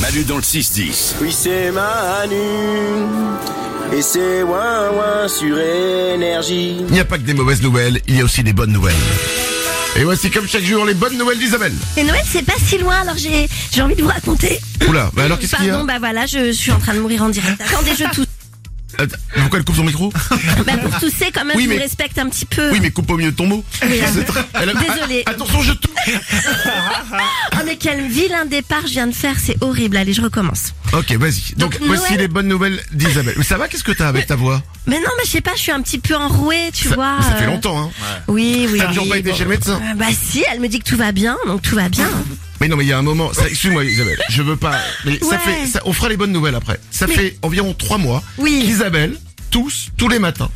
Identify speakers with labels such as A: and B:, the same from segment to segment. A: Manu dans le 6-10.
B: Oui, c'est Manu. Et c'est ouin ouin sur énergie.
C: Il n'y a pas que des mauvaises nouvelles, il y a aussi des bonnes nouvelles. Et voici comme chaque jour les bonnes nouvelles d'Isabelle.
D: Et Noël, c'est pas si loin, alors j'ai j'ai envie de vous raconter.
C: Oula, bah alors qu'est-ce qu'il y a
D: Pardon, bah voilà, je, je suis en train de mourir en direct. Attendez, je tousse.
C: Attends, Pourquoi elle coupe son micro
D: Bah pour tousser, quand même,
C: Oui,
D: je
C: mais-
D: vous respecte un petit peu.
C: Oui, mais coupe au milieu de ton mot.
D: Oui, hein.
C: C'est très- elle a-
D: Désolée.
C: Ah, Attention, je touche.
D: Oh, mais quel vilain départ je viens de faire, c'est horrible. Allez, je recommence.
C: Ok, vas-y. Donc,
D: Donc,
C: voici
D: Noël-
C: les bonnes nouvelles d'Isabelle. Mais Ça va Qu'est-ce que t'as avec ta voix
D: Mais non, mais je sais pas, je suis un petit peu enrouée, tu
C: ça,
D: vois.
C: ça fait
D: euh,
C: longtemps, hein.
D: Oui, oui.
C: T'as toujours
D: oui,
C: pas été
D: bon.
C: chez le médecin
D: Euh, Bah si, elle me dit que tout va bien, donc tout va bien.
C: Mais non, mais il y a un moment. ça- Excuse-moi, Isabelle. Je veux pas. Mais ça
D: Ouais.
C: fait. ça- on fera les bonnes nouvelles après. Ça
D: Mais-
C: fait environ trois mois.
D: Oui. Mm.
C: qu'Isabelle, tous, tous les matins.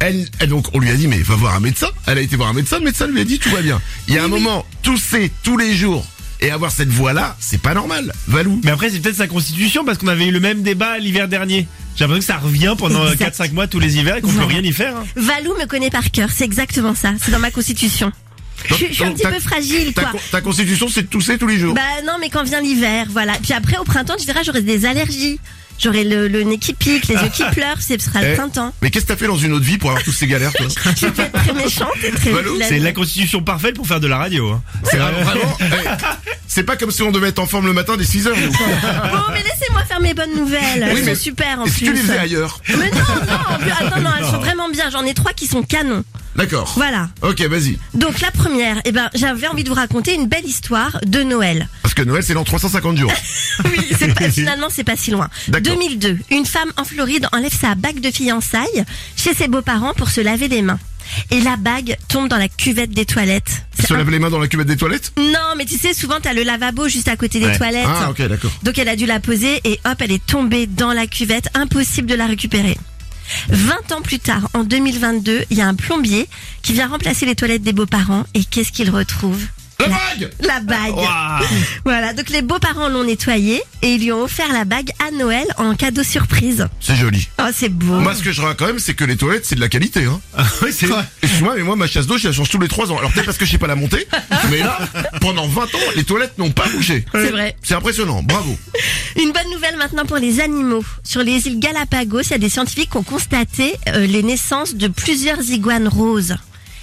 C: Elle, elle- donc, on lui a dit, mais va voir un médecin. Elle a été voir un médecin. Le médecin lui a dit, tout va bien. Il y a un moment, tousser tous les jours et avoir cette voix-là, c'est pas normal. Valou.
E: Mais après, c'est peut-être sa constitution parce qu'on avait eu le même débat l'hiver dernier. J'ai l'impression que ça revient pendant
D: Exact.
E: 4-5 mois tous les hivers et qu'on peut
D: Voilà.
E: rien y faire. hein.
D: Valou me connaît par cœur, c'est exactement ça, c'est dans ma constitution. Je, je suis un
C: Donc,
D: petit
C: ta-
D: peu fragile,
C: Ta,
D: quoi.
C: con- ta constitution, c'est de tousser tous les jours.
D: Bah non, mais quand vient l'hiver, voilà. Puis après, au printemps, tu verras, j'aurai des allergies. J'aurai le, le nez qui pique, les yeux qui pleurent, ce sera le
C: Eh,
D: printemps.
C: Mais qu'est-ce que t'as fait dans une autre vie pour avoir toutes ces galères, toi
D: Je vais être très méchante et très
C: Valou,
D: vilaine.
E: C'est la constitution parfaite pour faire de la radio. hein.
C: C'est vraiment. vraiment, eh, c'est pas comme si on devait être en forme le matin dès 6 heures. nous.
D: Bon, Oh, mais laissez-moi faire mes bonnes
C: Oui,
D: nouvelles. elles
C: mais
D: sont super en
C: Et si tu
D: plus.
C: les faisais ailleurs
D: mais non, non, en plus- attends, non, elles sont vraiment bien. J'en ai trois qui sont canons.
C: D'accord.
D: Voilà.
C: Ok, vas-y.
D: Donc la première, eh ben, j'avais envie de vous raconter une belle histoire de Noël.
C: Parce que Noël, c'est dans 350 jours.
D: Oui, c'est pas- finalement, c'est pas si loin.
C: D'accord.
D: 2002, une femme en Floride enlève sa bague de fiançailles chez ses beaux-parents pour se laver les mains. Et la bague tombe dans la cuvette des toilettes.
C: Elle
D: C'est
C: se
D: un-
C: lave les mains dans la cuvette des toilettes
D: Non, mais tu sais, souvent, t'as le lavabo juste à côté des
E: Ouais.
D: toilettes.
C: Ah, ok, d'accord.
D: Donc elle a dû la poser et hop, elle est tombée dans la cuvette, impossible de la récupérer. 20 ans plus tard, en 2022, il y a un plombier qui vient remplacer les toilettes des beaux-parents et qu'est-ce qu'il retrouve
C: La vague
D: La bague
E: Ouah.
D: Voilà, donc les beaux-parents l'ont nettoyée et ils lui ont offert la bague à Noël en cadeau surprise.
C: C'est joli.
D: Oh, c'est beau
C: Moi, ce que je rate quand même, c'est que les toilettes, c'est de la qualité. Hein.
D: Ah,
E: Oui, c'est-
C: Excuse-moi, mais moi, ma chasse d'eau, je la change tous les 3 ans. Alors, peut-être parce que je sais pas la monter, mais là, pendant 20 ans, les toilettes n'ont pas bougé.
D: C'est vrai.
C: C'est impressionnant, bravo.
D: Une bonne nouvelle maintenant pour les animaux. Sur les îles Galapagos, il y a des scientifiques qui ont constaté euh, les naissances de plusieurs iguanes roses.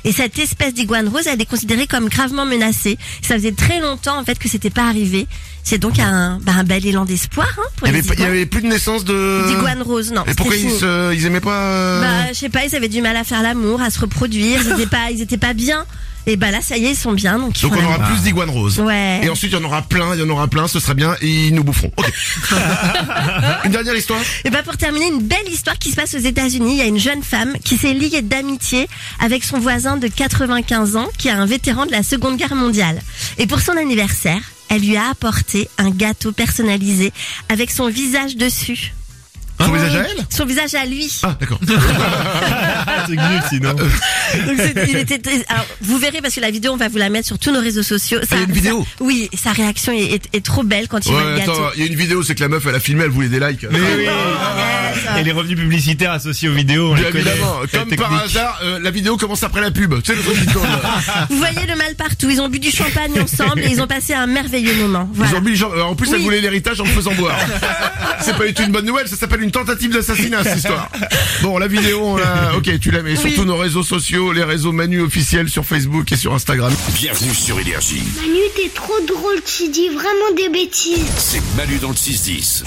D: Et cette espèce d'iguane rose, elle est considérée comme gravement menacée. Ça faisait très longtemps en fait que c'était pas arrivé. C'est donc un, bah, un bel élan d'espoir hein, pour
C: Eh Il y, avait,
D: les
C: pas- il y
D: iguanes.
C: avait plus de naissance de...
D: D'iguanes roses, non.
C: Et pourquoi
D: c'était
C: ils,
D: fini.
C: se, ils aimaient pas... euh,
D: Bah, je sais pas, ils avaient du mal à faire l'amour, à se reproduire. Ils étaient pas, ils étaient pas bien. Et bah là, ça y est, ils sont bien. Donc, ils
C: Donc
D: font
C: on
D: l'amour.
C: aura plus d'iguanes roses.
D: Ah. Ouais.
C: Et ensuite, il y en aura plein, il y en aura plein, ce sera bien, et ils nous boufferont. Ok. Une dernière histoire
D: Et bah pour terminer, une belle histoire qui se passe aux États-Unis. Il y a une jeune femme qui s'est liée d'amitié avec son voisin de 95 ans, qui est un vétéran de la Seconde Guerre mondiale. Et pour son anniversaire, elle lui a apporté un gâteau personnalisé avec son visage dessus. Ah
C: Son visage à elle
D: Son visage à lui.
C: Ah, d'accord.
E: c'est nul, sinon.
D: Donc, c'est- il était- alors, vous verrez parce que la vidéo, on va vous la mettre sur tous nos réseaux sociaux.
C: Ah,
D: Ça-
C: il y a une vidéo
D: ça- oui, sa réaction est, est- est trop belle quand il voit le
C: Ouais,
D: gâteau.
C: attends, il y a une vidéo, c'est que la meuf, elle a filmé, elle voulait des likes. Ah,
E: Mais oui. Et les revenus publicitaires associés aux vidéos, on
C: Bien
E: les connaît.
C: évidemment,
E: La
C: comme
E: technique.
C: par hasard, euh, la vidéo commence après la pub. Tu sais, le truc qui tourne. là.
D: Vous voyez le mal partout. Ils ont bu du champagne ensemble et ils ont passé un merveilleux moment. Voilà.
C: Ils ont mis les gens- euh, en plus, elle
D: Oui.
C: voulait l'héritage en le faisant boire. C'est pas du tout une bonne nouvelle, ça s'appelle une tentative d'assassinat, cette histoire. Bon, la vidéo, on l'a, ok, tu l'as, mais sur
D: Oui.
C: tous nos réseaux sociaux, les réseaux Manu officiels sur Facebook et sur Instagram.
A: Bienvenue sur Énergie.
F: Manu, t'es trop drôle, tu dis vraiment des bêtises.
A: C'est Manu dans le 6-10.